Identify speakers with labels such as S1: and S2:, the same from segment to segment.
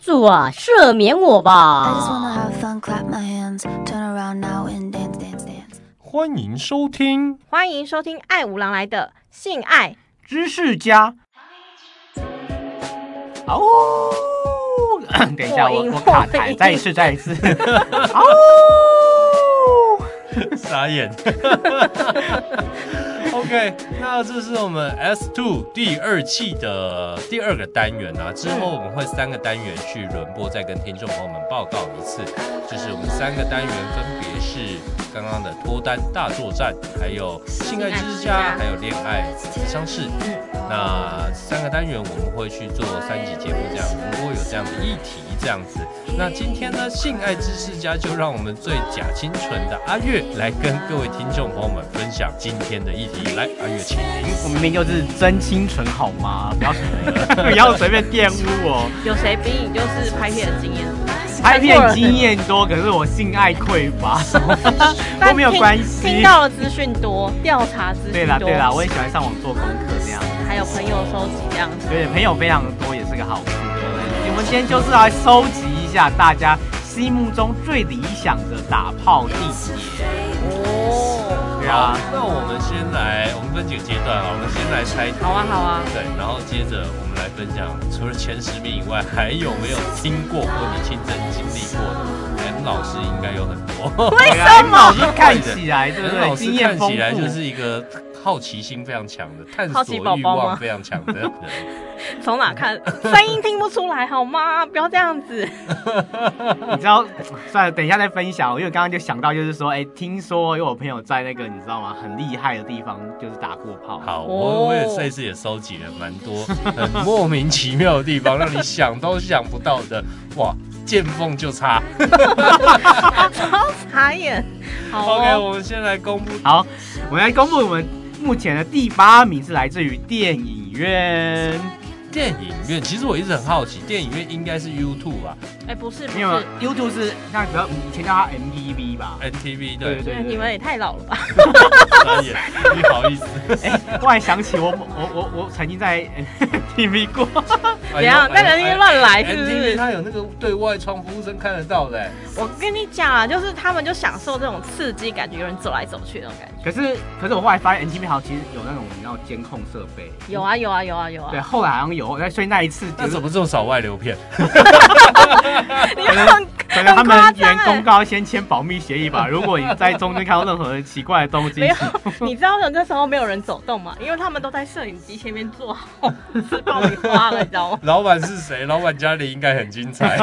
S1: 助啊，赦免我
S2: I just
S1: 吧！
S2: wanna have fun, clap my hands, turn around now and dance, dance, dance.
S3: 欢迎收听
S4: 欢迎收听《爱无郎来的性爱
S5: 知识家。啊呜！ 等一下，我
S4: 破音
S5: 我卡
S4: 破
S5: 痰，
S4: 音
S5: 再一次，再 一次。啊
S3: 傻眼。OK，那这是我们 S Two 第二季的第二个单元啊。之后我们会三个单元去轮播，再跟听众朋友们报告一次。就是我们三个单元分别是刚刚的脱单大作战，还有性爱之家，还有恋爱相识。那三个单元我们会去做三集节目，这样如果有这样的议题，这样子。那今天呢，性爱知识家就让我们最假清纯的阿月来跟各位听众朋友们分享今天的议题。来，阿月，请您。
S5: 我明明就是真清纯，好吗？不要不要随便玷污 我。》，
S4: 有谁比你就是拍片的经验？
S5: 拍片经验多，可是我性爱匮乏， 都没有
S4: 但听
S5: 关系
S4: 听。到的资讯多，调查资讯多。
S5: 对啦对啦，我也喜欢上网做功课这样。
S4: 还有朋友收集这样子。
S5: 对，朋友非常多也是个好处。我们今天就是来收集一下大家心目中最理想的打炮地点。
S4: 哦，
S5: 对啊，
S3: 那我们先来，我们分几个阶段啊，我们先来猜。
S4: 好啊好啊，
S3: 对，然后接着我们来分享，除了前十名以外，还有没有听过或你亲身经历过的？M 老师应该有很多。
S5: 啊为什么？老师看起来哎对不
S3: M
S5: 对？
S3: 老师
S5: 经验
S3: 看
S5: 丰
S3: 起来
S5: 富，
S3: 就是一个好奇心非常强的、探
S4: 好
S3: 索
S4: 奇宝
S3: 欲
S4: 宝吗
S3: 望非常强的 人。
S4: 从哪看？声音听不出来好吗？不要这样子。
S5: 你知道？算了，等一下再分享。因为刚刚就想到，就是说，哎，听说有我朋友在那个你知道吗？很厉害的地方，就是打过炮。
S3: 好，
S4: 哦
S3: 我 我也这一次也收集了蛮多很莫名其妙的地方，让你想都想不到的。哇，见缝就插。
S4: 超傻眼。 好
S3: OK，
S4: 哦，
S3: 我们先来公布
S5: 好，我们来公布我们目前的第八名是来自于电影院，
S3: 电影院。其实我一直很好奇，电影院应该是 YouTube 吧
S4: 哎，不是不
S5: 因为
S4: 是，
S5: YouTube 是那比较以前叫它 MTV 吧。
S3: ，NTV
S5: 对
S3: 对
S5: 对，对，
S4: 你们也太老了吧？
S3: 导演，你好 意思？
S5: 哎、突然想起我我我我曾经在 TV 过，
S3: 哎呦
S4: 怎样在人家乱来
S3: 哎
S4: 是不
S3: NTV
S4: 是
S3: 它有那个对外窗服务生看得到的、哎
S4: 我跟你讲啊，就是他们就享受这种刺激感觉，有人走来走去那种感
S5: 可是可是我后来发现 NTV 好像其实有那种你知道监控设备，
S4: 觉。有啊有啊有啊有啊
S5: 对，。后来好像有，那所以那一次
S3: 那
S5: 就是
S3: 怎么这么少外流片？
S4: 你很
S5: 可能他
S4: 很夸
S5: 们
S3: 啊
S4: 张
S5: 员
S4: 欸
S5: 工告先签保密协议吧，如果你在中间看到任何奇怪的东西
S4: 没，有，你知道的那时候没有人走动嘛，因为他们都在摄影机前面坐好吃爆米花了，你知道 吗？
S3: 老板是谁？老板家里应该很精 彩。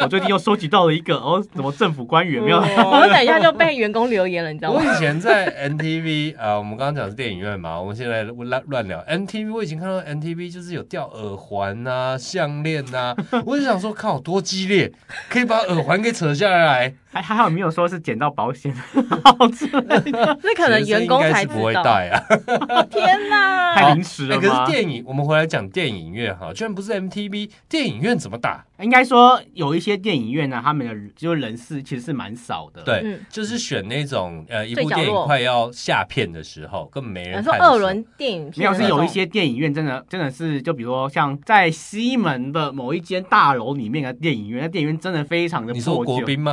S5: 我最近又收集到了一个哦，怎么政府官员没有？
S3: 哦
S4: 我们等一下就被员工留言了，你知道
S3: 我
S4: 吗？
S3: 以前在 NTV 啊、我们刚刚讲是电影院嘛，我们现在乱乱聊 NTV。我以前看到 NTV 就是有掉耳环呐、项链 呐，我就想说靠，多激烈，可以把耳环给扯下来。
S5: 还还好没有说是捡到保险套之类的，
S4: 这可能员工
S3: 学生应该
S4: 才
S3: 是
S4: 知
S3: 不会
S4: 道。哦
S3: 戴 啊。
S4: 天哪！
S5: 太临时
S3: 哎
S5: 了
S3: 可是
S5: 吗？
S3: 电影，我们回来讲电影院哈，居然不是 MTV，电影院怎么打？
S5: 应该说有一些电影院呢，他们的就是人是其实是蛮少的，
S3: 对，
S4: 嗯
S3: 就是选那种呃一
S4: 最
S3: 部
S4: 角落
S3: 电影快要下片的时候，根本没
S4: 你
S3: 人
S4: 说
S3: 看。
S4: 二轮。电影
S5: 没
S4: 片
S5: 有，
S4: 那种
S5: 是有一些电影院真的真的是，就比如说像在西门的某一间大楼里面的电影院，那电影院真的非常的
S3: 你说
S5: 破
S3: 国
S5: 旧。
S3: 宾吗？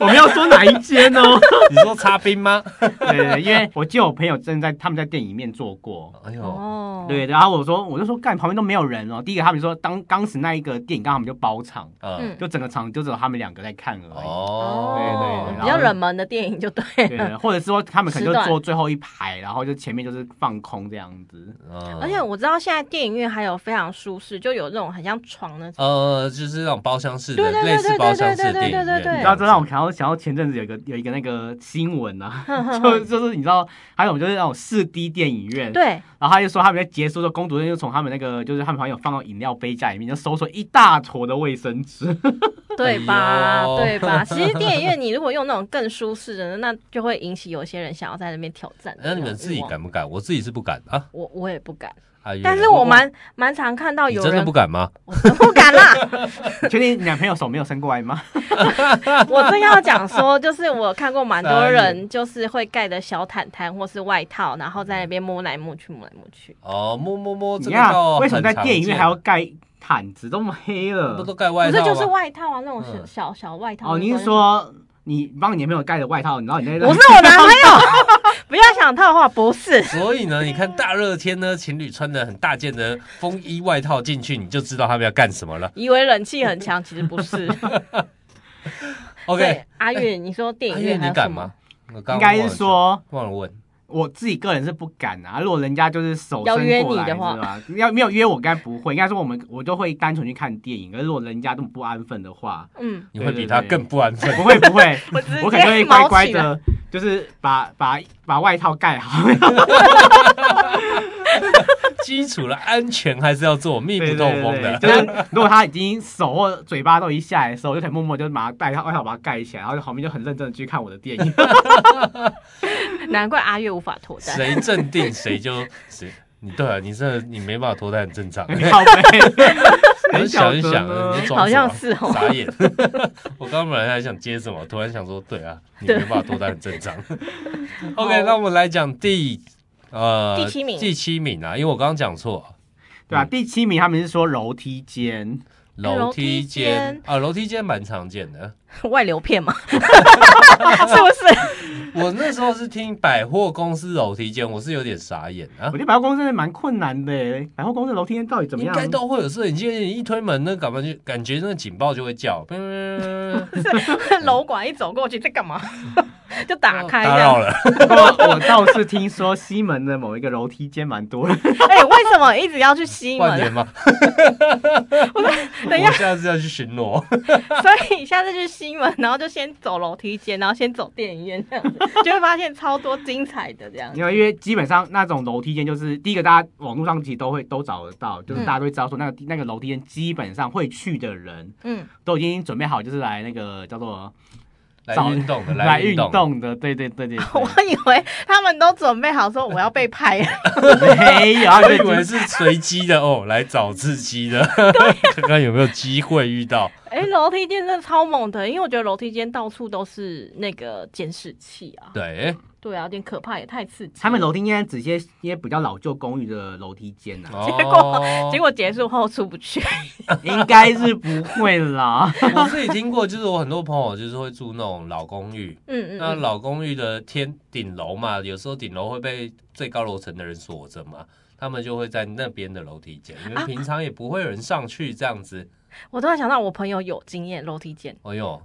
S5: 我没有说哪一间 哦。
S3: 你说擦冰 吗？
S5: 对对对，因为我就有朋友真的在他们在电影院做过。
S3: 哎呦，
S4: 哦，
S5: 对，然后我说我就说干旁边都没有人哦。第一个他们说当当时那一个电影刚好他们就包场，
S3: 嗯，
S5: 就整个场就只有他们两个在看而已。
S3: 哦，
S5: 对对
S4: 哦
S5: 对，
S4: 比较冷门的电影就对
S5: 对对
S4: 了。
S5: 对，或者是说他们可能就
S4: 时段
S5: 坐最后一排，然后就前面就是放空这样子。
S3: 嗯
S4: 而且我知道现在电影院还有非常舒适，就有那种很像床那种。
S3: 呃，就是那种包厢式的，
S4: 对对对
S3: 类似包厢式的电影
S4: 对对对对对对
S3: 院
S5: 你知道，这让我想到想到前阵子有一个有一个那个新闻 啊，就就是你知道，还有就是那种四 D 电影院，
S4: 对，
S5: 然后他就说他们在结束的时候，公主就从他们那个就是他们好像有放到饮料杯架里面，就搜出一大坨的卫生 纸。
S4: 对吧
S3: 哎？呦
S4: 对 吧？其实电影院你如果用那种更舒适的，那就会引起有些人想要在那边挑战。
S3: 那你们自己？敢不敢？我自己是不敢啊，
S4: 我我也不敢，
S3: 哎呦
S4: 但是我蛮蛮常看到
S3: 你
S4: 有
S3: 真的
S4: 人
S3: 不，敢吗？
S4: 我真不 敢啦。
S5: 你确定你男朋友手没有伸过来吗？
S4: 我正要讲说，就是我看过蛮多人，就是会盖的小毯毯或是外套，然后在那边摸来摸去，摸来摸去。
S3: 哦，摸摸摸，这
S5: 你
S3: 个
S5: 看
S3: 倒
S5: 啊为什么在
S3: 很常
S5: 电影院还要
S3: 见
S5: 盖毯子都黑
S3: 不
S5: 了。
S3: 都盖
S4: 不
S3: 外
S4: 是
S3: 套吗？
S4: 就是外套啊，那种小
S3: 嗯
S4: 小小外套。
S5: 哦，你是说你帮你男朋友盖的外套，然后你在
S4: 不是我男朋友？ 不要想套话，不是。
S3: 所以呢，你看大热天呢，情侣穿的很大件的风衣外套进去，你就知道他们要干什么了。
S4: 以为冷气很强，其实不是。
S3: OK，
S4: 对阿月，你说电
S3: 阿
S4: 影
S3: 月
S4: 院还
S3: 你
S4: 有
S3: 敢
S4: 什么
S3: 吗？？我刚刚
S5: 应
S3: 忘了
S5: 该是说
S3: 忘了问，
S5: 我自己个人是不敢啊。如果人家就是手
S4: 要
S5: 伸
S4: 约
S5: 过
S4: 你
S5: 来
S4: 的话
S5: 是吧？要没有约我应该不会，应该说我们我都会单纯去看电影。可是如果人家这么不安分 的话，
S4: 嗯，
S3: 你会比他更不安分。
S5: 不会不会，
S4: 我直
S5: 我可能
S4: 接
S5: 会
S4: 毛
S5: 乖乖
S4: 起来。
S5: 的，就是把把把外套 盖好。
S3: 基础的安全还是要做，密不
S5: 对对
S3: 透
S5: 对
S3: 风的。
S5: 对就是如果他已经手或嘴巴都一下来的时候，我就可以默默就把它盖，外套把它盖起来，然后旁边就很认真的去看我的电 影。
S4: 难怪阿月无法脱单。
S3: 谁镇定谁 就谁。你对啊，你这你没办法脱单很正常。
S5: 靠背，
S3: 我就
S5: 很
S3: 想
S5: 小
S3: 一
S5: 声
S3: 想，
S5: 呢
S3: 你就装
S4: 啊好像
S3: 什么啊
S4: 是哦
S3: 傻 眼。 我刚本来还想接什么，突然想说，对啊，你没
S4: 对
S3: 办法脱单很正 常。OK，那我们来讲第呃
S4: 第七名
S3: 第七名啊，因为我刚刚讲错啊，
S5: 对吧、第七名他们是说楼梯间，
S3: 楼
S4: 楼
S3: 梯
S4: 梯
S3: 间
S4: 间
S3: 啊，楼梯间蛮常见的。
S4: 外流片嘛， 是不是？
S3: 我那时候是听百货公司楼梯间，我是有点傻眼啊
S5: 我。觉得百货公司真的蛮困难的耶。百货公司楼梯间到底怎么
S3: 应
S5: 样？
S3: 该都会有摄影机，你一推门，那感觉感觉那个警报就会 叫， 哔哔哔哔哔
S4: 楼管一走过去在干嘛？ 就哦打开这
S3: 打
S4: 样
S3: 扰 了。
S5: 不过 我倒是听说西门的某一个楼梯间蛮多的，
S4: 哎、为什么一直要去西
S3: 换
S4: 门？
S3: 人吗？
S4: 等一下
S3: 我下次要去巡 逻。
S4: 所以下次去西门，然后就先走楼梯间，然后先走电影院，这 样子就会发现超多精彩的 这样子。
S5: 因为因为基本上那种楼梯间就是第一个，大家网络上其实都会都找得到，就是
S4: 嗯
S5: 大家都会知道说那个那个楼梯间基本上会去的人
S4: 嗯，
S5: 都已经准备好，就是来那个叫做
S3: 来
S5: 找
S3: 运动的，
S5: 来运
S3: 动。
S5: 动的，对对对对
S4: 我
S5: 对，
S4: 以为他们都准备好说我要被拍，
S5: 没有，
S3: 我
S5: 他
S3: 以
S5: 就
S3: 为是随机的哦，来找自己 的， 看看有没有机会遇到。
S4: 哎、楼梯间真的超猛的，因为我觉得楼梯间到处都是那个监视器啊。
S3: 对，
S4: 对啊，有点可怕，也太刺激。
S5: 他们楼梯间只接一些比较老旧公寓的楼梯间啊，
S3: 结哦
S4: 果 结果结束后出不去，
S5: 应该是不会啦。
S3: 我自己听过，就是我很多朋友就是会住那种老公寓，
S4: 嗯嗯
S3: 那
S4: 嗯，
S3: 老公寓的天顶楼嘛，有时候顶楼会被最高楼层的人锁着嘛，他们就会在那边的楼梯间，因为
S4: 啊
S3: 平常也不会有人上去这样子。
S4: 我突然想到我朋友有经验楼梯间，
S3: 哎呦，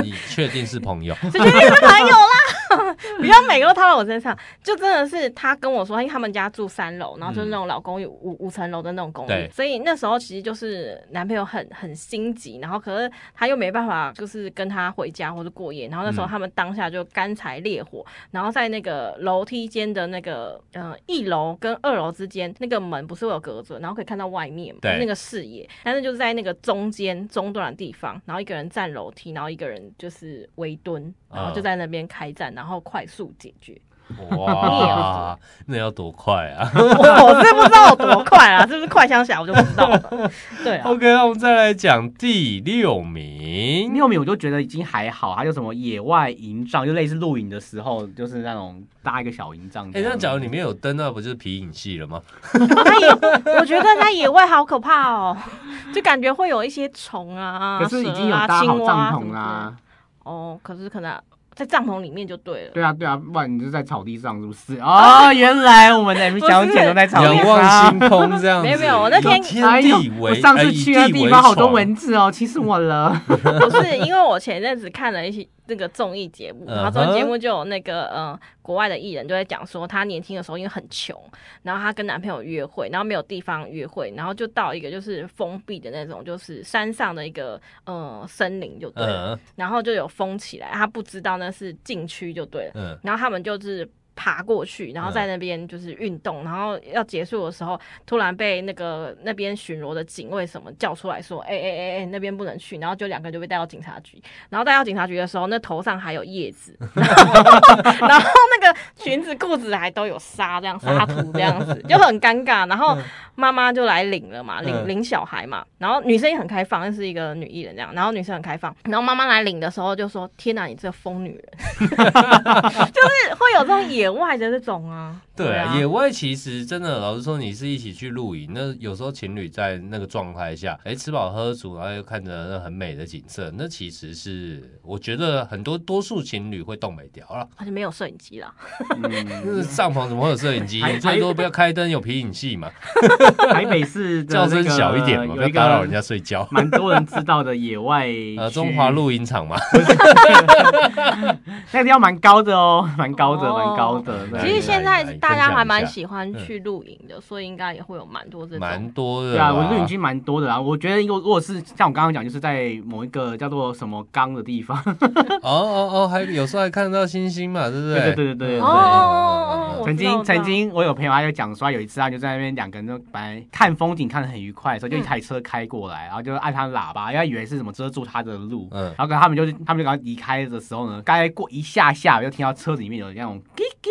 S3: 你确定是朋友？
S4: 这就是是朋友啦， 不要每个都套到我身上。就真的是他跟我说，因为他们家住三楼，然后就是那种老公寓五五层楼的那种
S3: 嗯
S4: 公
S3: 对
S4: 寓，所以那时候其实就是男朋友很很心急，然后可是他又没办法，就是跟他回家或者过夜，然后那时候
S3: 嗯
S4: 他们当下就干柴烈火，然后在那个楼梯间的那个呃一楼跟二楼之间那个门不是会有隔着，然后可以看到外面嘛，
S3: 对
S4: 那个视野，但是就是在那个中间中段的地方，然后一个人站楼梯，然后一个人就是围蹲，然后就在那边开战，然后快速解决。
S3: 哇， 那要多快啊！
S4: 我是不知道有多快啊，是不是快枪侠我就不知道了。对 啊，
S3: OK，那我们再来讲第六名。
S5: 六米我就觉得已经还好，还有什么野外营帐，就类似露营的时候，就是那种搭一个小营帐。
S3: 哎、那假如里面有灯，那不就是皮影戏了吗？
S4: 他野，我觉得在野外好可怕哦， 就感觉会有一些虫啊，
S5: 可是已经有
S4: 蛇啊
S5: 搭好
S4: 青蛙啊
S5: 帐
S4: 什么
S5: 篷
S4: 之类的
S5: 啦。
S4: 哦，可是可能在帐篷里面就对了。
S5: 对啊对啊，不然你就在草地上是不是？哦，原来我们的 M 小姐都在草
S3: 仰
S5: 地
S3: 望星
S5: 上。
S3: 空这样子，
S4: 没有没有我那天
S3: 以
S5: 哎
S3: 天
S5: 呦
S3: 地，为，
S5: 我上次
S3: 哎
S5: 去的地方好多，蚊子哦，气死我了！
S4: 不是，因为我前阵子看了一些那个综艺节目，
S3: 嗯哼
S4: 然后综艺节目就有那个呃国外的艺人就在讲说，她年轻的时候因为很穷，然后她跟男朋友约会，然后没有地方约会，然后就到一个就是封闭的那种，就是山上的一个呃森林就
S3: 以地为
S4: 对了，
S3: 虫
S4: 然后就有封起来，她不知道那是禁区就对了，
S3: 嗯嗯，
S4: 然后他们就是爬过去，然后在那边就是运动，然后要结束的时候，突然被那个那边巡逻的警卫什么叫出来说，哎哎哎哎，那边不能去，然后就两个就被带到警察局，然后带到警察局的时候，那头上还有叶子，然后 然后那个裙子裤子还都有沙，这样沙土这样子，就很尴尬，然后。妈妈就来领了嘛，领
S3: 嗯
S4: 领小孩嘛，然后女生也很开放，是一个女艺人这样，然后女生很开放，然后妈妈来领的时候就说：“天哪，你这个疯女人！”就是会有这种野外的那种啊，
S3: 对
S4: 对
S3: 啊，
S4: 啊
S3: 野外其实真的，老实说，你是一起去露营，那有时候情侣在那个状态下，哎，吃饱喝足，然后又看着那很美的景色，那其实是我觉得很多多数情侣会动美掉了。
S4: 而且没有摄影机啦，
S5: 嗯，
S3: 那帐篷怎么会有摄影机
S5: 还？
S3: 最多不要开灯，有皮影戏嘛，
S5: 台北市的、那
S3: 叫
S5: 个
S3: 声小一点嘛，不
S5: 有
S3: 要
S5: 一
S3: 打扰人
S5: 个
S3: 家睡觉。
S5: 蛮多人知道的野外
S3: 呃，
S5: 区
S3: 中华露营场嘛，
S5: 那个地方蛮高的哦，蛮高的，
S4: 哦
S5: 蛮高的。对啊
S4: 其实现
S3: 来
S4: 在
S3: 来
S4: 大家
S3: 分
S4: 还
S3: 享一
S4: 蛮
S3: 下
S4: 喜欢去露营的，所以应该也会有蛮多这
S3: 蛮
S4: 种。
S3: 多的
S5: 对啊，
S3: 啦。
S5: 我露营区蛮多的啦。我觉得如果如果是像我刚刚讲，就是在某一个叫做什么冈的地方，
S3: 哦哦哦，还有时候还看得到星星嘛，对不
S5: 对
S3: 对
S5: 对对对对
S3: 嗯
S4: 哦哦哦我知道我
S5: 曾经
S4: 知道
S5: 曾经我有朋友他就讲说，他有一次他就在那边两个人就本来看风景看得很愉快的时候，就一台车开过来，然后就按他喇叭，因为他以为是什么遮住他的路。
S3: 嗯，
S5: 然后可能他们就是他们就刚离开的时候呢，大概过一下下，我就听到车子里面有那种叽叽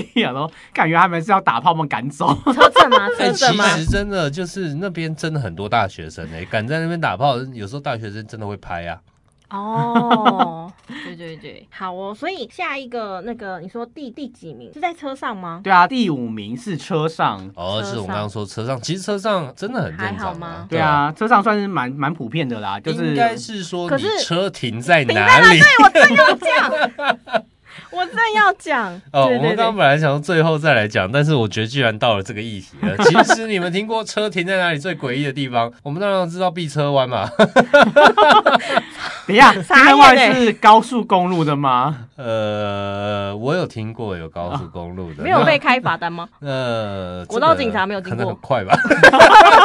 S5: 叽叽，然后感觉他们是要打炮们赶走。
S4: 车震吗？
S3: 哎、
S4: 车震
S3: 其
S4: 吗？
S3: 实真的就是那边真的很多大学生哎、敢在那边打炮，有时候大学生真的会拍啊。
S4: 哦，对对对，好哦。所以下一个那个，你说第第几名是在车上吗？
S5: 对啊，第五名是车上，
S3: 哦，
S4: 车
S3: 是我们
S4: 上
S3: 刚刚说车上，其实车上真的很正
S4: 还好
S3: 常啊
S4: 吗。
S5: 对啊，车上算是蛮蛮普遍的啦，就
S3: 对啊，
S5: 是
S3: 应该是说
S4: 可
S3: 你
S4: 是
S3: 车停在
S4: 停在
S3: 哪里？
S4: 我正要讲， 我正要讲。
S3: 哦，
S4: 对
S3: 我们
S4: 对
S3: 刚刚
S4: 对，
S3: 本来想说最后再来讲，但是我觉得既然到了这个议题 了，其实你们听过车停在哪里最诡异的地方？我们当然知道避车弯 嘛，
S5: 等一下，
S4: 傻眼
S5: 三万
S4: 欸
S5: 是高速公路的吗？
S3: 呃，我有听过有高速公路的，
S4: 没有被开罚单吗？
S3: 那呃，
S4: 国道
S3: 这个
S4: 警察没有经
S3: 可能
S4: 过
S3: 很快 吧？
S5: 对啊，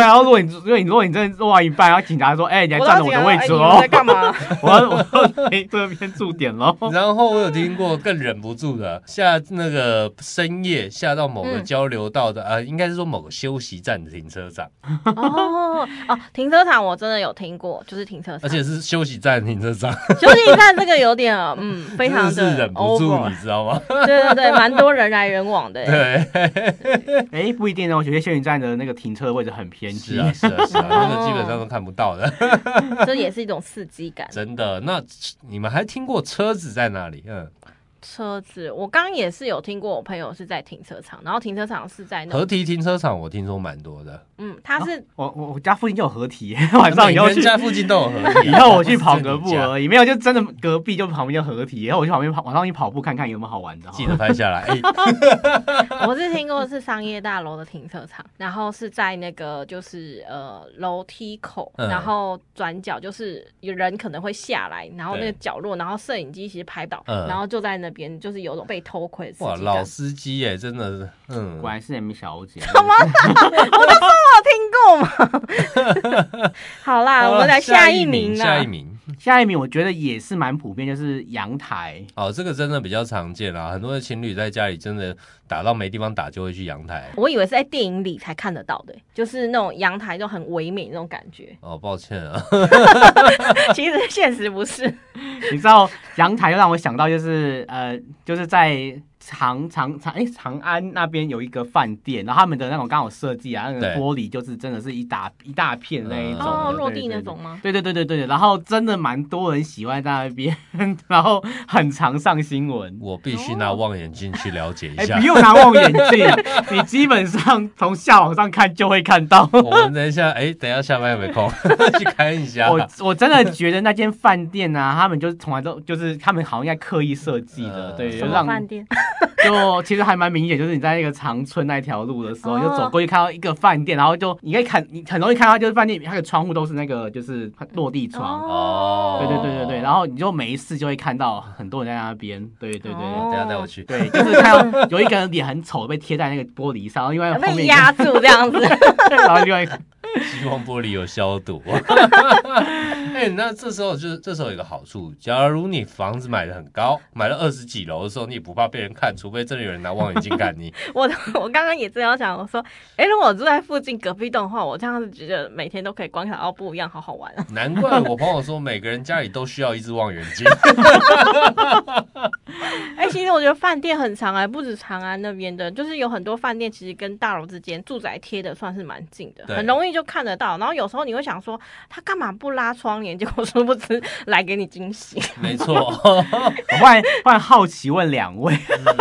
S5: 然后如果你如果你如果你真的做到一半，然后警察说，哎、你还占了我的位置
S4: 我
S5: 哦
S4: 哎在，干嘛？
S5: 我要我要回这边驻点喽。
S3: 然后我有听过更忍不住的，下那个深夜下到某个
S4: 嗯
S3: 交流道的，呃，应该是说某个休息站的停车场，
S4: 哦哦，停车场我真的有听过，就是停车
S3: 而
S4: 场。
S3: 且是休息站停车场，
S4: 休息站这个 有点嗯，非常
S3: 真的
S4: 的
S3: 是忍不住，你
S4: over。
S3: 知道吗？
S4: 对对对，蛮多人来人往的。
S3: 对，
S5: 哎、不一定哦，有些休息站的那个停车位置很偏
S3: 是
S5: 激。
S3: 啊，是啊，是啊， 那个基本上都看不到的，
S4: 这也是一种刺激感。
S3: 真的。那你们还听过车子在哪里？嗯，
S4: 车子，我刚也是有听过，我朋友是在停车场，然后停车场是在那，
S3: 合体停车场我听说蛮多的，
S4: 嗯，他是
S5: 我我我家附近就有合体， 晚上以后
S3: 每
S5: 去
S3: 个人，家附近都有合 体啊，
S5: 以后我去跑个
S3: 不
S5: 步
S3: 是你啊家
S5: 而已，没有就真的隔壁就旁边就合体，然后我去旁边跑晚上去跑步看看有没有好玩的。
S3: 记得拍 下来。哎，哦
S4: 我是听过是商业大楼的停车场，然后是在那个就是呃楼梯口，
S3: 嗯
S4: 然后转角就是有人可能会下来，然后那个角落，然后摄影机其实拍到，
S3: 嗯
S4: 然后就在那边，就是有种被偷窥的刺
S3: 哇，
S4: 激感。
S3: 老司机耶，真的是，嗯
S5: 果，然是 M 小姐，什么？
S4: 我听过吗？
S3: 好
S4: 好啦，
S3: 了
S4: 啊我们来
S3: 下
S4: 一
S3: 名，
S4: 名啊，
S3: 下一名。
S5: 下一名我觉得也是蛮普遍，就是阳台。
S3: 哦，这个真的比较常见啦，很多的情侣在家里真的打到没地方打，就会去阳台。，
S4: 我以为是在电影里才看得到的，就是那种阳台就很唯美那种感 觉
S3: 哦，抱歉啊，
S4: 其实现实不是。
S5: 你知道阳台让我想到就是呃，就是在长长长哎、长安那边有一个饭店，然后他们的那种刚好设计啊，那个
S3: 对嗯
S5: 玻璃就是真的是一大一大片那一种的、
S4: 哦，
S5: 对
S4: 落地那种。吗？
S5: 对对对对对对，然后真的蛮多人喜欢在那边，然后很常上新闻。
S3: 我必须拿望远镜去了解一
S5: 哎，
S3: 下
S5: 不。用拿望远镜，你基本上从下往上看就会看到。
S3: 我们等一下，哎、等一下下班有没有空 去看一下？
S5: 我我真的觉得那间饭店啊，他们就是从来都就是他们好像在刻意设计的，
S3: 嗯
S5: 对，
S3: 对
S5: 就
S4: 什
S5: 让
S4: 么饭店？
S5: 就其实还蛮明显，就是你在那个长春那条路的时候，
S4: 哦
S5: 就走过去看到一个饭店，然后就你可以看，你很容易看到就是饭店它的窗户都是那个就是落地窗，
S3: 哦
S5: 对对对对对，然后你就每一次就会看到很多人在那边，对对对。
S4: 哦
S3: 哎等一下带我去。
S5: 对，就是看到有一个人脸很丑被贴在那个玻璃上，然后另外 后 面
S4: 被
S5: 一个，
S4: 压 住这样子，
S5: 然后另外一 个
S3: 希望玻璃有消毒。 哎、那这时候就是这时候有个好处，假如你房子买的很高，买了二十几楼的时候，你也不怕被人看，除非真的有人拿望远镜看你。
S4: 我我刚刚也正要想，我说，哎、如果我住在附近隔壁栋的话，我这样子觉得每天都可以观察到不一样，好好玩啊！
S3: 难怪我朋友说每个人家里都需要一只望远镜。
S4: 哎、其实我觉得饭店很长哎、不止长安那边的，就是有很多饭店其实跟大楼之间住宅贴的算是蛮近的，
S3: 对
S4: 很容易就看得到。然后有时候你会想说，他干嘛不拉窗年， 结果殊不知来给你惊喜。
S3: 没错，
S5: 我忽然忽然好奇问两位，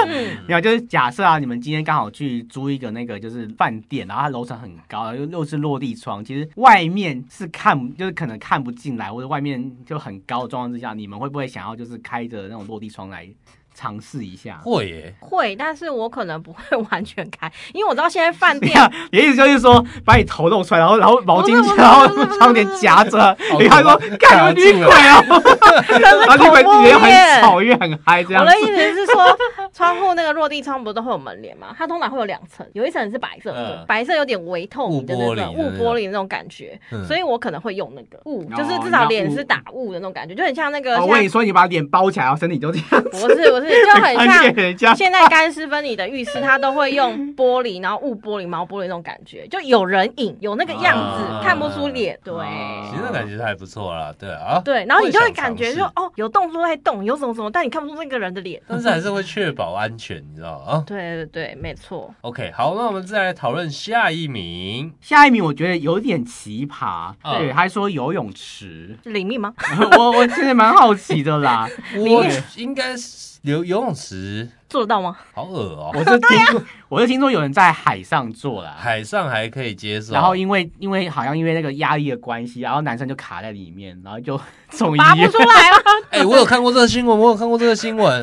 S3: 嗯
S5: 没有，就是假设啊，你们今天刚好去租一个那个就是饭店，然后它楼层很高，又又是落地窗，其实外面是看，就是可能看不进来，或者外面就很高的状况之下，你们会不会想要就是开着那种落地窗来尝试一下？
S3: 会耶，
S4: 会，但是我可能不会完全开，因为我知道现在饭
S5: 对
S4: 店
S5: 呀，你的意思就是说，把你头弄出来，然后然后毛巾
S4: 不是不，是
S5: 然
S4: 不是不
S5: 后
S4: 是哦
S5: 窗帘夹着
S3: 不，是
S5: 你还说
S3: 好可怕
S5: 干你女鬼哦， 然后你们
S4: 恐怖
S5: 你也很
S4: 耶
S5: 吵，越很嗨这样
S4: 我的。意思是说，窗户那个落地窗不是都会有门帘吗？它 通常会有两层，有一层是白色的，
S3: 嗯
S4: 白色有点微透明的
S3: 雾
S4: 那种
S3: 玻璃的
S4: 雾
S3: 那种
S4: 玻璃的那种感觉，
S3: 嗯
S4: 所以我可能会用那个雾，
S5: 哦
S4: 就是至少脸
S5: 那
S4: 是
S5: 雾
S4: 打雾的那种感觉，就很像那个
S5: 哦，
S4: 现
S5: 我跟你
S4: 在
S5: 说，你把脸包起来，然后身体就这样，
S4: 不是不是，就很
S5: 看
S4: 像。
S5: 见人家
S4: 现在干湿分离的浴室，它都会用玻璃，然后雾玻璃、毛玻璃那种感觉，就有人影，有那个样子，
S3: 啊
S4: 看不出脸。对，
S5: 啊
S3: 其实那感觉还不错啦，对啊，
S4: 对，然后你就会感觉
S3: 会
S4: 说
S3: 想，
S4: 哦，有动作在动，有什么什么，但你看不出那个人的脸。
S3: 但是还是会确保安全，你知道吗？啊
S4: 对对对，没错。，
S3: OK，好，那我们再来讨论下一名。
S5: 下一名我觉得有点奇葩，
S3: 嗯
S5: 对，还说游泳池
S4: 是灵密吗？
S5: 我我现在蛮好奇的 啦，
S3: 我应该是游游泳池，
S4: 做得到吗？
S3: 好恶哦、
S5: 我是听
S4: 啊
S5: 说，我是听说有人在海上做啦，
S3: 海上还可以接受，
S5: 然后因为因为好像因为那个压力的关系，然后男生就卡在里面，然后就 送医
S4: 拔不
S5: 院
S4: 出，来啊了，
S3: 哎、我有看过这个新闻，我有看过这个新闻，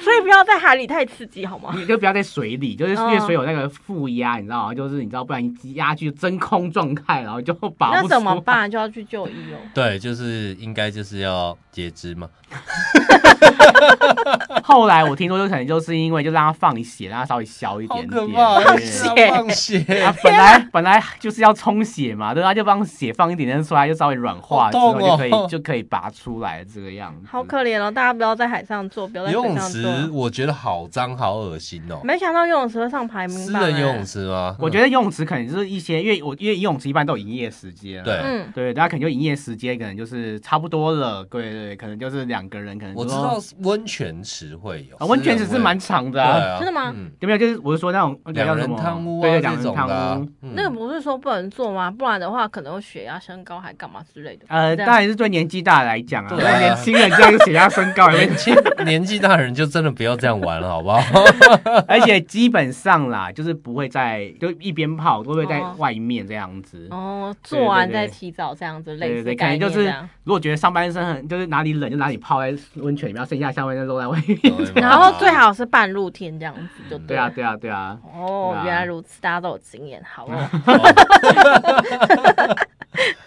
S4: 所以不要在海里太刺激，好吗？
S5: 你就不要在水里，就是因为
S4: 嗯
S5: 水有那个负压，你知道吗？就是你知道，不然你压去真空状态，然后就拔不
S4: 那
S5: 出
S4: 怎么
S5: 来？嗯
S4: 办？就要去就医哦。
S3: 对，就是应该就是要截肢嘛，
S5: 后来我听说，就可能就是因为就让它放血，让它稍微消一
S3: 好
S5: 点点，
S3: 可怕，
S5: 对
S4: 血
S3: 放血
S5: 啊，，本来本来就是要充血嘛，对吧？就帮血放一点点出来，就稍微软化
S3: 好
S5: 之
S3: 痛
S5: 后
S3: 哦
S5: 就可以、就可以拔出来这个样子。
S4: 好可怜哦，大家不要在海上做，不要在
S3: 游
S4: 水
S3: 泳
S4: 上
S3: 池
S4: 做。
S3: 我觉得好脏，好恶心哦、
S4: 没想到游泳池会上排名
S3: 私
S4: 榜、
S3: 人游泳
S4: 欸，
S3: 池吗？
S5: 我觉得游泳池可能就是一些，因为我因为游泳池一般都有营业时间啊，
S3: 对
S4: 嗯，
S5: 对，大家可能就营业时间可能就是差不多了，对对对，可能就是两个人可能
S3: 我知
S5: 说
S3: 道温泉池会有，
S5: 啊，温泉
S3: 私
S5: 池
S3: 人
S5: 是
S3: 会
S5: 蛮长
S3: 对
S5: 的、
S3: 啊，
S5: 啊。
S4: 真的吗
S3: 嗯
S5: 有没有？就是我是说那种那个
S3: 两
S5: 叫什
S3: 人
S5: 么
S3: 汤屋啊，
S5: 对对，两
S3: 这
S5: 人
S3: 种的
S5: 汤
S3: 啊
S5: 屋。，
S3: 嗯
S4: 那个不是说不能做吗？不然的话，可能会血压升高，还干嘛之类的。
S5: 呃，
S4: 这
S5: 当
S4: 样
S5: 然是对年纪大的来讲啊，
S3: 对啊
S5: 对年轻人这样血压升高也会
S3: 年轻 年纪大人就真的不要这样玩了，好不好？
S5: 而且基本上啦，就是不会在就一边泡，都会在
S4: 哦
S5: 外面这样子。
S4: 哦，
S5: 对
S4: 做完
S5: 对
S4: 再
S5: 对
S4: 提早这样子，
S5: 对
S4: 类
S5: 对
S4: 似
S5: 对，可
S4: 概
S5: 能
S4: 念
S5: 就
S4: 这
S5: 是
S4: 样。
S5: 如果觉得上半身很就是哪里冷就哪里泡在温泉里面，剩下下半身都在外 面。
S4: 然后最好是半露天这样子就
S5: 对
S4: 对
S5: 啊，
S4: 了。
S5: 对啊，对啊。
S4: 哦，
S5: 对啊
S4: 原来如此，大家都有经验，好哦，
S5: 啊
S3: 哦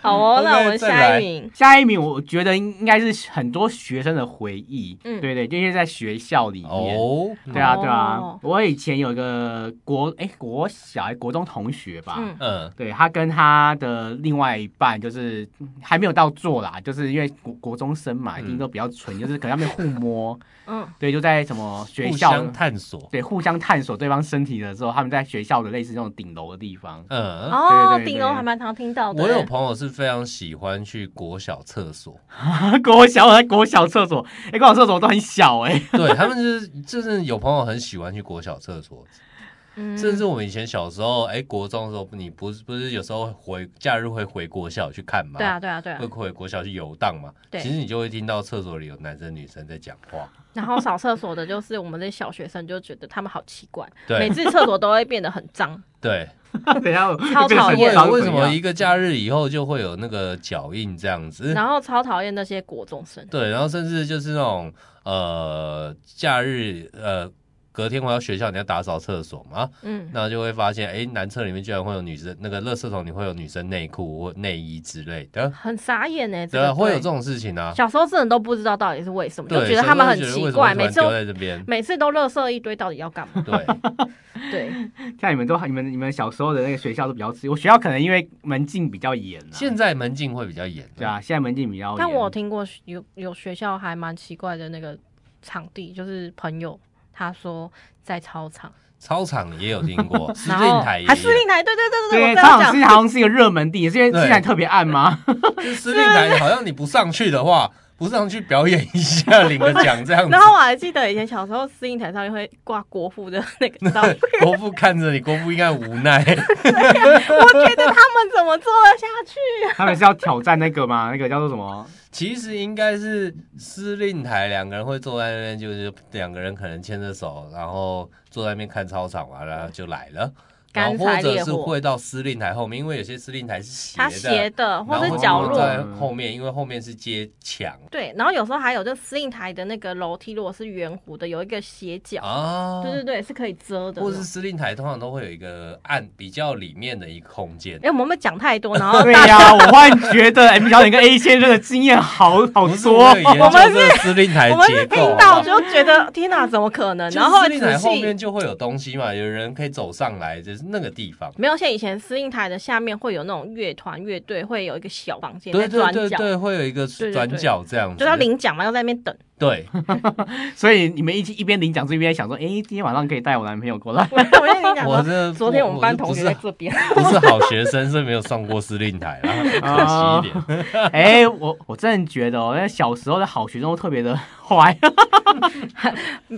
S4: 好哦，那我们
S3: OK，再来
S4: 下一名，
S5: 下一名，我觉得应该是很多学生的回忆。
S4: 嗯
S5: 对对，就是在学校里面。
S3: 哦，
S5: 对啊，对啊
S4: 哦。
S5: 我以前有个国哎国小哎国中同学吧，
S4: 嗯，
S3: 嗯，
S5: 对他跟他的另外一半就是还没有到做啦，就是因为国国中生嘛，
S3: 嗯
S5: 一定都比较纯，就是可能他们互摸，
S4: 嗯，
S5: 对，就在什么学
S3: 互
S5: 校
S3: 相，探索，
S5: 对，互相探索对方身体的时候，他们在学校的类似那种顶楼的地 方，
S3: 嗯。
S4: 哦
S5: 对，对
S4: 顶
S5: 对
S4: 楼还蛮常听到的。
S3: 我有朋友是非常喜欢去国小厕所，
S5: 国小在国小厕所，哎、国小厕所都很小哎、
S3: 对他们就是就是有朋友很喜欢去国小厕所，
S4: 嗯
S3: 甚至我们以前小时候，哎，国中的时候，你不是不是有时候回假日会回国小去看吗？呃
S4: 对啊，，对啊，对啊
S3: 会，回国小去游荡嘛？
S4: 对
S3: 其实你就会听到厕所里有男生女生在讲话，
S4: 然后扫厕所的，就是我们这些小学生就觉得他们好奇怪，每
S3: 对
S4: 次厕所都会变得很 脏。
S3: 对，
S5: 等一下我
S4: 超
S5: 变成
S4: 讨
S5: 很啊
S4: 厌
S5: 脏
S3: 为什
S5: 怎
S3: 么
S5: 样
S3: 一个假日以后就会有那个脚印这样子？
S4: 然后超讨厌那些国中生，
S3: 对，然后甚至就是那种呃，假日呃，隔天回到学校你要打扫厕所嘛，
S4: 嗯，
S3: 那就会发现，哎，男厕里面居然会有女生那个垃圾桶里会有女生内裤或内衣之类的，
S4: 很傻眼哎，这
S3: 对啊，
S4: 个
S3: 会有这。种事情啊
S4: 对。小时候真的都不知道到底是为什么，就
S3: 对，
S4: 觉得
S3: 小
S4: 他们
S3: 时候
S4: 很
S3: 就觉得
S4: 奇
S3: 为什么
S4: 怪，
S3: 突
S4: 每
S3: 然
S4: 次都
S3: 丢在这边，
S4: 每次都垃圾一堆，到底要干嘛？
S3: 对，
S4: 对，
S5: 像你们都你们你们小时候的那个学校都比较自由，我学校可能因为门禁比较严、啊，
S3: 现在门禁会比较严，
S5: 对啊，现在门禁比较严，
S4: 但我听过有有学校还蛮奇怪的那个场地，就是朋友他说在操场，
S3: 操场也有听过，司
S4: 然后
S3: 令台也
S4: 还司令
S3: 有，
S4: 台，对对对
S5: 对，
S4: 我这样
S5: 操场
S4: 讲
S5: 是，好像是一个热门地，是因为
S3: 对
S5: 现在特别暗吗？
S3: 就是司令台好像你不上去的话，不上去表演一下领个奖这样子
S4: 然，后我还记得以前小时候司令台上面会挂国 父的那个照片，
S3: 国父看着你，国父应该无奈。
S4: 我觉得他们怎怎么做得下去？啊
S5: 他们是要挑战那个吗？ 那个叫做什么？
S3: 其实应该是司令台两个人会坐在那边，就是两个人可能牵着手，然后坐在那边看操场完了就来了，然后
S4: 干
S3: 或
S4: 柴
S3: 者
S4: 烈
S3: 是
S4: 火
S3: 会到司令台后面，因为有些司令台是斜
S4: 它
S3: 的，
S4: 斜的或
S3: 然
S4: 者
S3: 后
S4: 角
S3: 会
S5: 或
S4: 落。
S5: 者
S3: 在后面，因为后面是接墙
S4: 对，然后有时候还有，就司令台的那个楼梯，如果是圆弧的，有一个斜角，
S3: 啊，
S4: 对对对，是可以遮的。
S3: 或是司令台通常都会有一个暗比较里面的一个空间
S4: 哎、。我们会不会讲太多，然 后
S5: 对呀、我忽然觉得 M 小姐跟 A 先生的经验好好
S3: 不是
S5: 多
S3: 我有研
S5: 哦。
S3: 究这个司令台
S4: 我们
S3: 结
S4: 是
S3: 构，
S4: 听
S3: 好不
S4: 到
S3: 好
S4: 就觉得天哪，怎么可能？
S3: 就是
S4: 然后
S3: 司令台
S4: 仔
S3: 后
S4: 细
S3: 面就会有东西嘛，有人可以走上来，就是那个地方。
S4: 没有，像以前司令台的下面会有那种乐团乐队，会有一个小房间
S3: 对
S4: 在
S3: 对
S4: 转
S3: 对
S4: 角，
S3: 对，会有一个
S4: 对对
S3: 转
S4: 对
S3: 角这样子，
S4: 就要领奖嘛，要在那边等。
S3: 对，
S5: 所以你们一起一边领奖，一边想说，哎、今天晚上可以带我男朋友过来。
S4: 我跟你讲
S3: 我
S4: 说，
S3: 这
S4: 昨天我们班同学在
S3: 不
S4: 这边，
S3: 是不是好学生，是没有上过司令台 啦，可
S5: 啊
S3: 惜一点。
S5: 哎、我我真的觉得哦，那小时候的好学生都特别的 坏。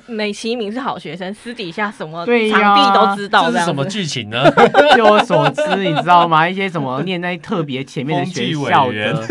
S4: 美其名是好学生，私底下什么
S5: 对呀
S4: 场地都知道
S3: 这是什么
S4: 样子。
S3: 剧情呢？
S5: 据我所知，你知道吗？一些什么念在特别前面的学校
S3: 风纪委员
S5: 的，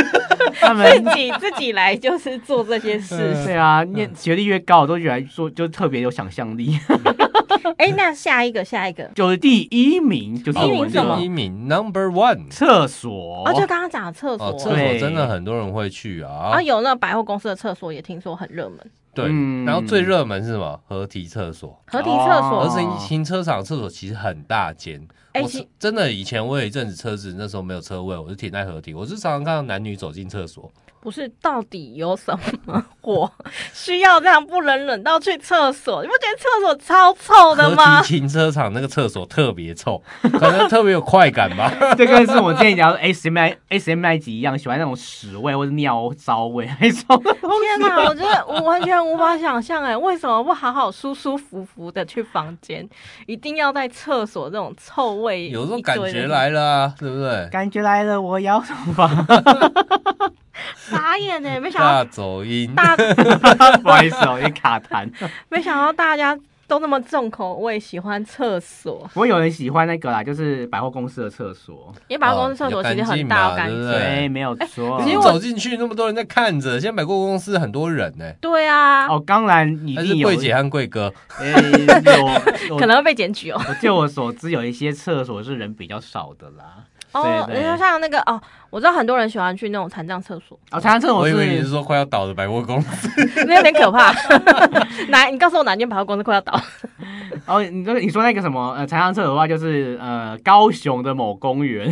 S5: 他们
S4: 自己自己来就是做这 些事。
S5: 对啊，念学历越高，都觉得说就特别有想象力。
S3: 嗯
S4: 哎、那下一个，下一个，
S3: 哦
S5: 就是第一名，就是
S4: 第一名
S5: 我们
S4: 是什么
S5: 的
S3: 第一名 Number One，
S5: 厕所
S4: 哦，就刚刚讲的厕所。
S3: 哦，厕所
S5: 对
S3: 真的很多人会去啊
S4: 啊，。有那百货公司的厕所也听说很热门，
S3: 对，
S5: 嗯
S3: 然后最热门是什么？合体厕所。
S4: 合体厕
S5: 哦
S3: 而
S4: 所，
S3: 是停车场厕所其实很大间，
S4: 哎
S3: 我
S4: 其
S3: 是真的以前我有一阵子车子那时候没有车位，我就停在合体，我是常常看到男女走进厕所，
S4: 不是到底有什么火 需要这样不能忍到去厕所？你不觉得厕所超 臭的
S3: 合
S4: 吗
S3: 体？停车场那个厕所特别臭， 可能特别有快感吧。
S5: 这跟是我之前聊 S M I S M I 级一样，喜欢那种屎味或者尿骚味那种。
S4: 天哪，我真的我完全无法想象哎，为什么不好好舒舒服服的去房间，一定要在厕所这种臭味？
S3: 有这种感觉，来了、啊，对不对？
S5: 感觉来了，我要 什么？
S4: 傻眼哎，没想
S3: 大
S4: 到
S3: 走音，
S4: 大
S5: 不好意思哦，有点卡痰。
S4: 没想到大家都那么重口味，喜欢厕
S3: 哦
S4: 所，
S5: 不过有人喜欢那个啦，就是百货公司的厕所。
S4: 因为百货公司厕所其实很大，
S3: 哦
S4: 有
S3: 比较
S4: 干
S3: 干净嘛
S4: 净。
S3: 对
S5: 对，没
S4: 哎
S5: 有错
S4: 其。实
S3: 你
S4: 我
S3: 走进去那么多人在看着，现在百货公司很多人呢、
S4: 对啊，
S5: 哦，当然一
S3: 但是
S5: 定有，
S3: 柜姐和啊柜哥，
S5: 呃有，有
S4: 可能会被检举哦。
S5: 我据我所知，有一些厕所是人比较少的啦。
S4: 哦，
S5: 对对
S4: 你说像那个哦，我知道很多人喜欢去那种残障厕所，
S5: 哦，常常厕所
S3: 我以为你是
S5: 是
S3: 说快要倒的百货公司。
S4: 那有点可怕。 哪？你告诉我哪间百货公司快要 倒？
S5: 哦，你说你说那个什么呃，常常厕所的话，就是呃高雄的某公园，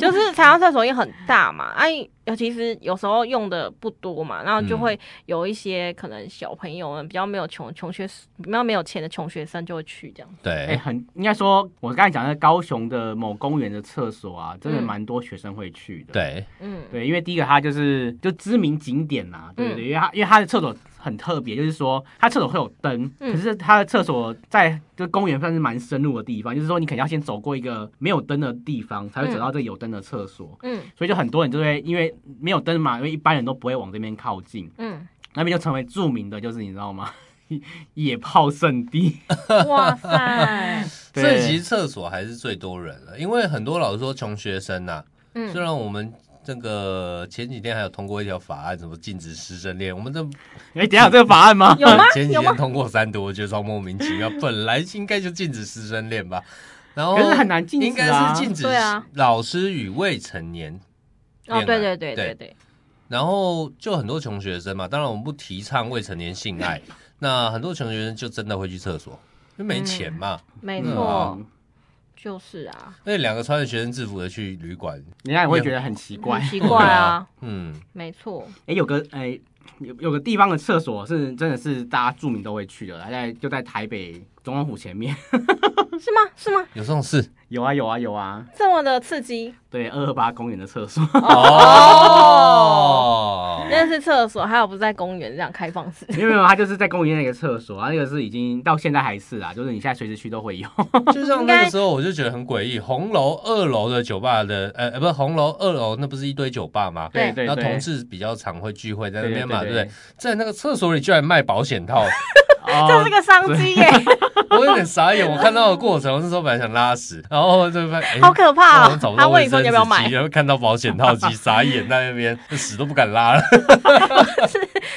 S4: 就是残障厕所也很大嘛，哎、尤其是有时候用的不多嘛，然后就
S3: 嗯
S4: 会有一些可能小朋友们比较没有穷穷学比较没有钱的穷学生就会去这样。
S5: 哎、
S3: 对，
S5: 很应该说，我刚才讲的高雄的某公园的厕所啊，真的
S4: 嗯
S5: 蛮多学生会去的。
S3: 对，
S4: 嗯，
S5: 对，因为第一个它就是就知名景点啦、对不对？因为它因为它的厕所很特别，就是说它厕所会有灯，
S4: 嗯
S5: 可是它的厕所在就公园算是蛮深入的地方，就是说你肯定要先走过一个没有灯的地方，才会走到这个有灯的厕所。
S4: 嗯
S5: 所以就很多人就会因为没有灯嘛，因为一般人都不会往这边靠近，
S4: 嗯，
S5: 那边就成为著名的，就是你知道吗？ 野炮圣地。
S4: 哇塞，
S5: 对
S3: 所以其实厕所还是最多人了，因为很多老师说穷学生呐、虽
S4: 嗯，
S3: 然我们这个前几天还有通过一条法案，什么禁止师生恋，我们这
S5: 哎、等一下有这个法案吗？
S4: 有吗？
S3: 前几
S4: 有吗
S3: 天？通过三读，我觉得超莫名其妙。本来应该就禁止师生恋吧，然后
S5: 可是很难禁止啊
S3: 应该是禁止
S4: 对啊
S3: 老师与未成年。
S4: 哦，对
S3: 恋爱
S4: 对对对对，
S3: 然后就很多穷学生嘛，当然我们不提倡未成年性 爱，那很多穷学生就真的会去厕所，因为没钱嘛。
S4: 没
S5: 嗯
S4: 错，就是啊，
S3: 那两个穿着学生制服的去旅馆，
S5: 人家也会觉得很奇怪。
S4: 很奇
S3: 对
S4: 怪啊，，
S3: 嗯，
S4: 没错。
S5: 哎、有个哎、有有个地方的厕所是真的是大家著名都会去的，它在就在台北总统府前面。
S4: 是吗？是吗？
S3: 有这种事
S5: 有啊有啊有啊，
S4: 这么的刺激
S5: 对，二二八公园的厕所。
S4: 哦！
S3: 哦。
S4: 那是厕所，还有不是在公园这样开放式？
S5: 没有没有，它就是在公园那个厕所，它啊那个是已经到现在还是啊，就是你现在随时去都 会有。
S3: 就像
S4: 应
S3: 那
S4: 该
S3: 个时候，我就觉得很诡异。红楼二楼的酒吧的，呃，呃不是红楼二楼，那不是一堆酒吧吗？
S4: 对
S5: 对
S3: 然后
S5: 对，
S3: 同志比较常会聚会在那
S5: 对
S3: 边嘛，对
S5: 对
S3: 不
S5: 对
S3: 对？在那个厕所里居然卖保险套，
S5: 哦
S4: 这是个商机耶，
S3: 我有点傻眼，我看到的过程，我那时候本来想拉屎， 然后就发现、哎
S4: 好可怕
S3: 我找
S4: 哦！
S3: 不
S4: 他
S3: 到
S4: 问
S3: 卫
S4: 你说
S3: 生
S4: 你
S3: 纸
S4: 要不要买
S3: 机，，
S5: 啊
S3: 然后看到保险套机，傻眼在那边， 屎都不敢拉了。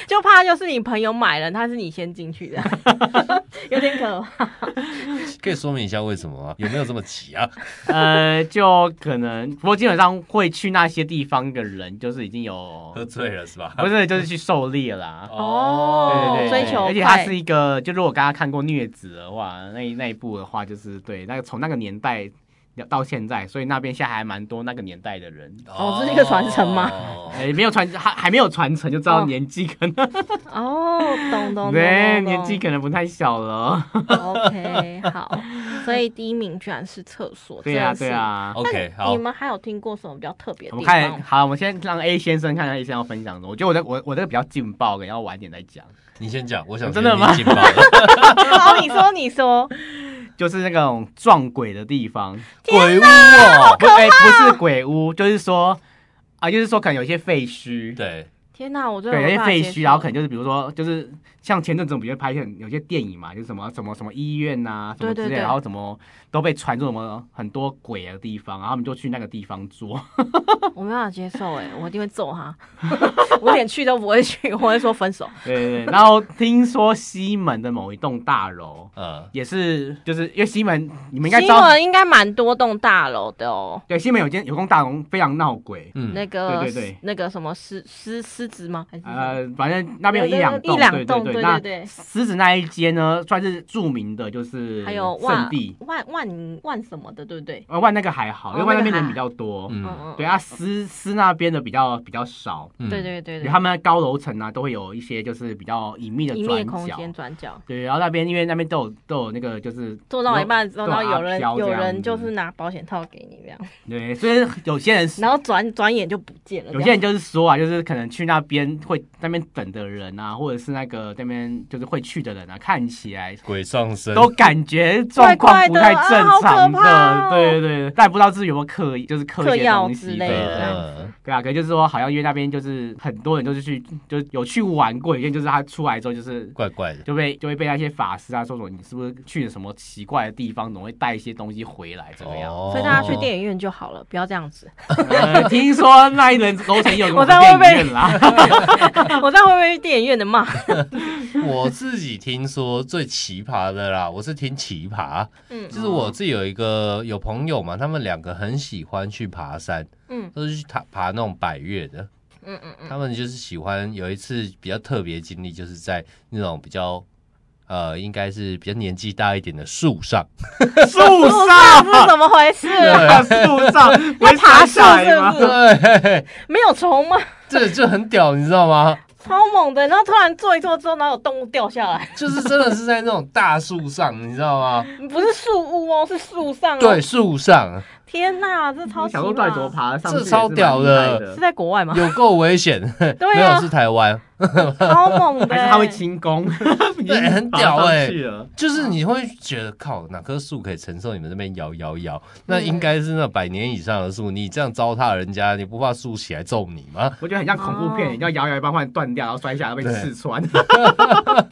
S4: 就怕就是你朋友买了，他是你先进去的， 有点可怕。
S3: 可以说明一下为什么吗？有没有这么急啊？
S5: 呃，就可能，不过基本上会去那些地方的人，就是已经有
S3: 喝醉了是吧？
S5: 不是就是去狩猎啦。
S4: 哦
S5: 对对对，
S4: 追求
S5: 而且它
S4: 快
S5: 是一个，就如果刚刚看过《虐子》的话，那一那一部的话，就是对那个从那个年代到现在，所以那边现在还蛮多那个年代的人，
S4: 哦这是一个传承吗
S3: 哦
S5: 哎、没有传还还没有传承，就知道
S4: 哦
S5: 年纪可能、
S4: 哦，懂懂懂
S5: 对
S4: 懂
S5: 年纪可能不太小 了。
S4: 懂 OK，好，所以第一名居然是厕所，
S5: 对呀、
S4: 真的是啊哦
S5: 对呀、。啊
S3: OK，
S4: 那
S3: 好
S4: 你，们还有听过什么比较特别
S5: 我
S4: 的
S5: 们
S4: 地
S5: 看
S4: 方？
S5: 好，我们先让 A 先生看看 A 先生要分享什么。我觉得我这我我这个比较劲爆，然后晚一点再讲。
S3: 你先讲，我想
S5: 真的吗
S3: 听你劲爆 了
S4: 好，哦你说你说，
S5: 就是那种撞鬼的地方，
S3: 鬼屋哦，
S5: 不哎、不是鬼屋，就是说啊，就是说可能有一些废墟，
S3: 对，
S4: 天哪，我真的
S5: 对，有
S4: 没
S5: 些
S4: 办法
S5: 废
S4: 接
S5: 墟，
S4: 受
S5: 然后可能就是比如说，就是像前阵子我们就拍一些有些电影嘛，就是什么什么什么医院呐、什么
S4: 对对
S5: 之类的，
S4: 对
S5: 然后怎么都被传出什么很多鬼的地方，然后他们就去那个地 方做。
S4: 我没办法接受，哎，我一定会揍他， 我连去都不会去，我会说分手。
S5: 对对对，然后听说西门的某一栋大楼
S3: 嗯，
S5: 也是，就是因为西门你们应该知
S4: 新
S5: 道，
S4: 闻应该蛮多栋大楼的哦，
S5: 对，西门有间有栋大楼非常闹鬼，
S3: 嗯
S4: 那个
S5: 对对对
S4: 那个什么狮狮狮子吗？还是什么
S5: 呃，反正那边有一两
S4: 有
S5: 栋，
S4: 一两
S5: 对
S4: 栋
S5: 对
S4: 对
S5: 那
S4: 对对
S5: 狮子那一间呢，算是著名的，就是
S4: 还有
S5: 圣
S4: 万
S5: 地。
S4: 万万万什么的，对不对？
S5: 呃，万那个还好，因为
S4: 哦
S5: 万那
S4: 那个
S5: 边人
S4: 还
S5: 比较多。
S4: 嗯
S3: 嗯，
S5: 对，啊，私私那边的比较比较少，
S3: 嗯
S4: 对，对对
S5: 因为
S4: 对，
S5: 他们高楼层啊都会有一些就是比较隐秘的
S4: 一
S5: 转
S4: 面空
S5: 角。
S4: 间转角，
S5: 对，然后那边因为那边都有都有那个就是
S4: 做到一半之后，
S5: 对
S4: 然后有
S5: 阿
S4: 人
S5: 飘这
S4: 有
S5: 样
S4: 人就
S5: 子
S4: 是拿保险套给你这样，
S5: 对，所以有些人
S4: 然后转转眼就不见了这样。
S5: 有些人就是说啊，就是可能去那边会那边等的人啊，或者是那个那边就是会去的人啊，看起来
S3: 鬼上身，
S5: 都感觉状况不太正
S4: 怪
S5: 常
S4: 怪的啊好可怕哦
S5: 对对对，但不知道是有没有刻意就是刻
S4: 嗑
S5: 一些
S4: 药
S5: 东西
S4: 之类
S5: 对
S4: 的这样
S5: 对
S3: 嗯
S5: 对啊，可能就是说好像因为那边就是很多人都是去就是有去玩过，有些人就是他出来之后就是
S3: 怪怪的。
S5: 就被就会被那些法师啊说什么你是不是去了什么奇怪的地方，总会带一些东西回来怎么样？
S3: 哦
S4: 所以大家去电影院就好了，不要这样子。
S5: 呃听说那一轮楼层有个
S4: 我在外面
S5: 电影院 啦，
S4: 我这样会不会被电影院的骂？
S3: 哦我自己听说最奇葩的啦，我是听奇葩，
S4: 嗯
S3: 就是我自己有一个有朋友嘛，他们两个很喜欢去爬山，
S4: 嗯
S3: 都是去爬爬那种百越的。
S4: 嗯嗯嗯，
S3: 他们就是喜欢有一次比较特别经历，就是在那种比较呃，应该是比较年纪大一点的树上，
S5: 树
S4: 不知道哦是怎么回事？
S5: 上 树上，啊不会
S4: 爬
S5: 下来
S4: 树是
S5: 吗
S4: 不？是
S3: 对，
S4: 没有虫吗？
S3: 这这很屌，你知道吗？
S4: 超猛的，然后突然坐一坐之后，然后有动物掉下来，
S3: 就是真的是在那种大树上，你知道吗？
S4: 不是树屋哦，是树上哦。
S3: 对，，树上
S4: 天哪，这超
S5: 小
S4: 奇葩
S5: 鹿到底怎么爬上去？
S3: 这超屌的
S4: 是在国外吗？
S3: 有够危险，
S4: 啊
S3: 没有是台湾，
S4: 超猛的欸，
S5: 还是他会轻功？
S3: 对很屌欸
S5: 哎、了。
S3: 就是你会觉得靠哪棵树可以承受你们这边摇摇摇？那应该是那百年以上的树，你这样糟蹋人家，你不怕树起来揍你吗？
S5: 我觉得很像恐怖片，
S4: 哦
S5: 你要摇摇一半，忽然断掉，然后摔下来被刺穿。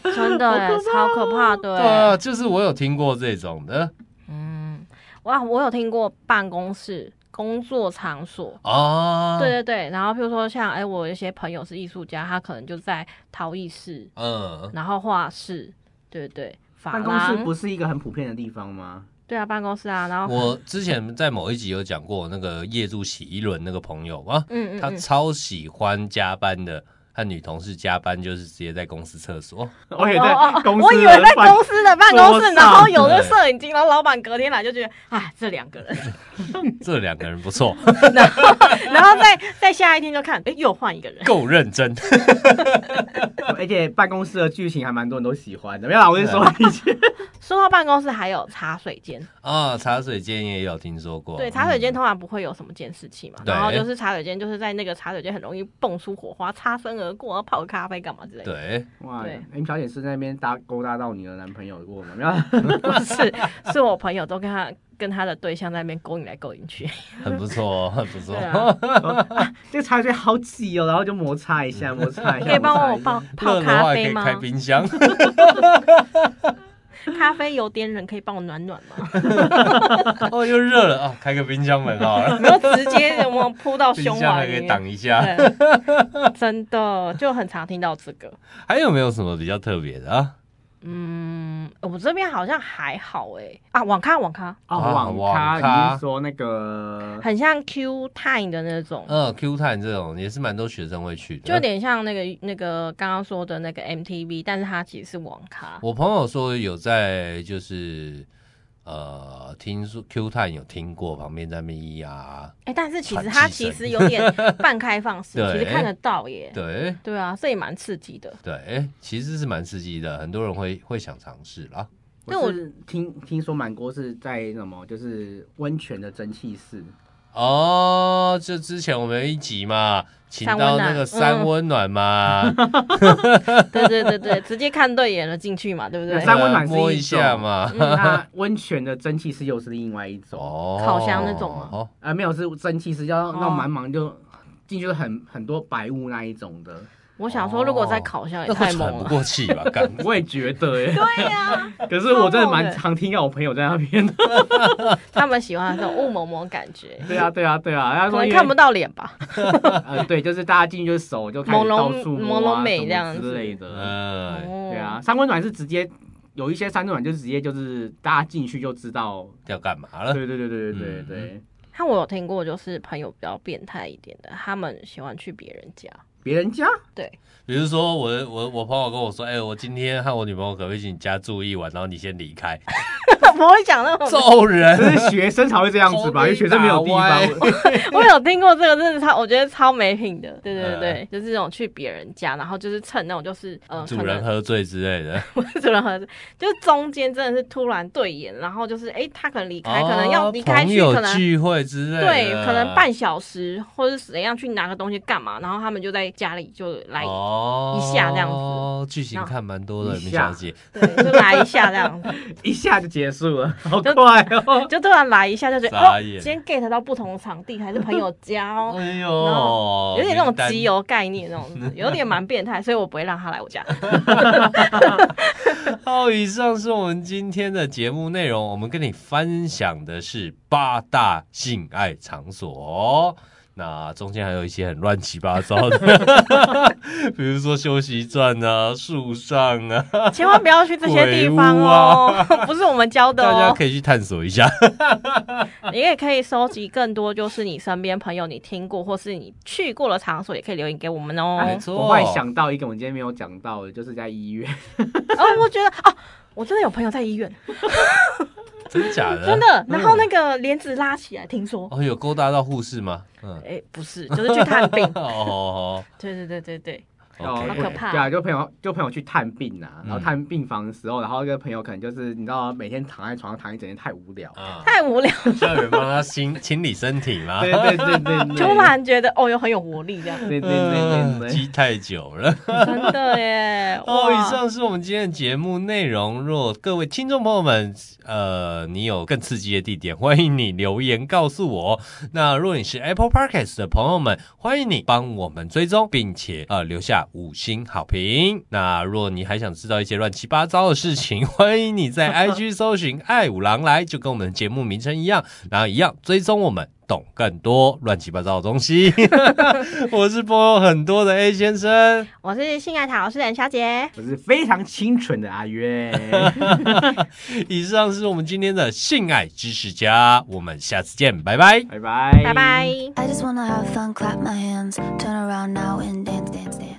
S4: 真的
S5: 啊
S4: 欸，超可怕
S3: 对
S4: 的
S3: 啊，
S4: 欸。
S3: 就是我有听过这种的
S4: 嗯，哇，我有听过办公室、工作场所。
S5: 嗯
S3: 哦，
S4: 对，对对，然后譬如说像哎、我有一些朋友是艺术家，他可能就在陶艺室，
S3: 嗯，
S4: 然后画室，对对，发
S5: 办公室
S4: 廊，
S5: 不是一个很普遍的地方吗？
S4: 对啊，办公室啊，然后
S3: 我之前在某一集有讲过那个业主洗衣轮那个朋友啊，
S4: 嗯嗯
S3: 他
S4: 嗯，
S3: 超喜欢加班的，和女同事加班就是直接在公司厕所。
S5: 我也在
S4: 哦哦
S5: 公司，
S4: 我以为在公司的办公
S5: 桌上
S4: 室，然后有那摄影机，然后老板隔天来就觉得，哎，这两个人，
S3: 这两个人不错，
S4: 然后再再下一天就看，哎，又换一个人，
S3: 够认真。
S5: 而且办公室的剧情还蛮多人都喜欢的。没有啦，我是说 以前
S4: 说到办公室，还有茶水间，
S3: 啊，茶水间也有听说过。
S4: 对，茶水间通常不会有什么监视器嘛，
S3: 对
S4: 然后就是茶水间，就是在那个茶水间很容易蹦出火花，擦身而而过，然后泡个咖啡干嘛之类的。
S3: 对，
S5: 哇
S4: 对
S5: ，M 小姐是在那边搭勾搭到你的男朋友过吗？没有，
S4: 不是，是我朋友都跟他跟他的对象在那边勾引来勾 引去。
S3: 很不错，哦很不错
S4: 对。啊，
S5: 这个茶水好挤哦，然后就摩擦一下，摩擦一下。
S4: 可以帮我
S5: 摩擦
S4: 泡
S5: 一下
S3: 热的话
S4: 泡咖
S3: 可
S4: 啡
S3: 以
S4: 吗
S3: 开？冰 箱，
S4: 咖啡有点冷，可以帮我暖暖 吗？
S3: 哦，又热了啊，开个冰箱门好 了，
S4: 然后直接我扑到
S3: 冰
S4: 胸
S3: 箱
S4: 怀
S3: 还可
S4: 里
S3: 以
S4: 面。
S3: 挡一下。
S4: 对， 真的就很常听到这个。
S3: 还有没有什么比较特别的啊？
S4: 嗯，我这边好像还好哎、啊，网咖网咖
S5: 哦，
S3: 啊
S5: 网
S3: 网
S5: 咖，
S3: 咖
S5: 你是说那个
S4: 很像 Q Time 的那种，
S3: 嗯，Q Time 这种也是蛮多学生会去的，
S4: 就有点像那个那个刚刚说的那个 MTV，但是它其实是网咖。
S3: 我朋友说有在就是呃，听说 Q Time 有听过，旁边在那边咿呀，啊
S4: 哎、但是其实
S3: 传
S4: 它
S3: 奇
S4: 其
S3: 神
S4: 实有点半开 放式，其
S3: 对
S4: 实看得到耶。
S3: 对
S4: 对啊，所以蛮刺激的。
S3: 对，其实是蛮刺激的，很多人会会想尝试啦。
S4: 对
S5: 我是听听说满锅是在什么，就是温泉的蒸汽室，
S3: 哦，就之前我们有一集嘛，请到那个三
S4: 三嗯
S3: 温暖嘛，
S4: 对对对对，直接看对眼了进去嘛，对不对
S5: 对？三温暖是一种
S3: 摸一下嘛，
S4: 嗯
S5: 那温泉的蒸汽室又是另外一种，
S3: 哦，
S4: 烤箱那种吗
S3: 哦，
S5: 啊，没有是蒸汽室，要那种
S4: 哦
S5: 满满就进去很很多白雾那一种的，
S4: 我想说，如果在烤箱也
S3: 那会
S4: 太
S3: 喘
S4: 猛
S3: 不
S4: 了。
S3: 过气 吧？干，
S5: 我也觉得耶。
S4: 对呀、
S5: 可是我真的
S4: 超猛
S5: 蛮
S4: 的
S5: 常听到我朋友在那边的。
S4: 他们喜欢这种雾蒙蒙的感觉，
S5: 对啊，对啊，对啊。他
S4: 可
S5: 说
S4: 能
S5: 因为
S4: 看不到脸吧。
S5: 呃，对，就是大家进去就是手就开始
S4: 朦
S5: 到
S4: 胧
S5: 处
S4: 朦
S5: 摸
S4: 胧
S5: 啊
S4: 美
S5: 什么
S4: 这样
S5: 之
S4: 子
S5: 类的。
S3: 嗯，
S4: 哦
S5: 对啊，，三温暖是直接有一些三温暖就直接就是大家进去就知道。
S3: 要干嘛了？
S5: 对对对对对对
S3: 嗯
S5: 对，
S4: 那我有听过，就是朋友比较变态一点的，他们喜欢去别人家。
S5: 别人家
S3: 比如说我我我朋友跟我说，哎，我今天和我女朋友可不可以去你家住一晚，然后你先离开，
S4: 不会讲那种，
S3: 揍
S5: 这
S3: 人，
S5: 是学生才会这样子吧？因为学生没有地
S3: 头被
S5: 方。
S4: 我有听过这个，真的超，我觉得超没品的。对对对，就是这种去别人家，然后就是趁那种就是呃，
S3: 主
S4: 可能
S3: 人喝醉之类的，
S4: 不 是主人盒子，就是中间真的是突然对眼，然后就是哎、诶他可能离开，可能要离开去，
S3: 哦
S4: 可
S3: 朋友
S4: 能
S3: 聚会之类的，
S4: 对，可能半小时或者是怎样去拿个东西干嘛，然后他们就在家里就来，
S3: 哦
S4: 一下这样子
S3: 哦，剧情看蛮多的，
S5: 一
S3: 米
S5: 下
S3: 小姐，
S4: 对，就来一下这样子，
S5: 一下就结束了，好快哦！
S4: 就突然来一下就觉 得
S3: 傻
S4: 哦，
S3: 眼
S4: 今天 get 到不同的场地还是朋友 家哦。
S3: 哎
S4: 然
S3: 呦，
S4: 有点那种
S3: 名单
S4: 集邮概念那种，有点蛮变态，所以我不会让他来我 家。
S3: 好，以上是我们今天的节目内容。我们跟你分享的是八大性爱场所，那中间还有一些很乱七八糟的，比如说休息站啊、树上啊，
S4: 千万不要去这些地方哦， 不是我们教的
S3: 大家
S4: 哦。
S3: 可以去探索一下。
S4: 你也可以收集更多，就是你身边朋友你听过或是你去过的场所，也可以留言给我们哦。
S3: 没错
S5: 我忽然想到一个我们今天没有讲到的，就是在医院。
S4: 哦，我觉得哦，我真的有朋友在
S3: 啊
S4: 医院，
S3: 真假的？
S4: 真。的。然
S3: 嗯
S4: 后那个帘子拉起来，听说，
S3: 哦，有勾搭到护士吗？嗯，。
S4: 哎，不是，就是去探病
S3: 哦
S4: 对对对对对，
S3: 哦哦
S4: 好
S5: 对
S4: 可
S3: ，OK，
S4: 怕
S5: 对啊，就朋友就朋友去探病啊，然后
S3: 嗯
S5: 探病房的时候，然后跟朋友可能就是你知道每天躺在床上躺一整天太无聊，
S3: 啊，
S4: 太无聊，
S3: 需要有人帮他清清理身体吗？
S5: 对对对对对，
S4: 突然觉得哦，又很有活力这样，
S5: 对对对
S3: 嗯
S5: 对对，
S3: 积太久了。
S4: 真的耶。
S3: 哦，
S4: 哇
S3: 以上是我们今天的节目内容。若各位听众朋友们，呃，你有更刺激的地点，欢迎你留言告诉我。哦那若你是 Apple Podcast 的朋友们，欢迎你帮我们追踪，并且呃留下五星好评。那若你还想知道一些乱七八糟的事情， 欢迎你在 IG 搜寻“爱五郎来”，就跟我们的节目名称一样，然后一样追踪我们。懂更多乱七八糟的东西， 我是朋友很多的 A 先生，
S4: 我是性爱塔老师冷小
S3: 哎
S4: 姐，
S5: 我是非常清纯的阿月，
S3: 以上是我们今天的性爱知识家，我们下次见，拜拜。
S5: 拜拜
S4: 拜拜。
S2: I just wanna have fun, clap my hands, turn around now and dance, dance, dance.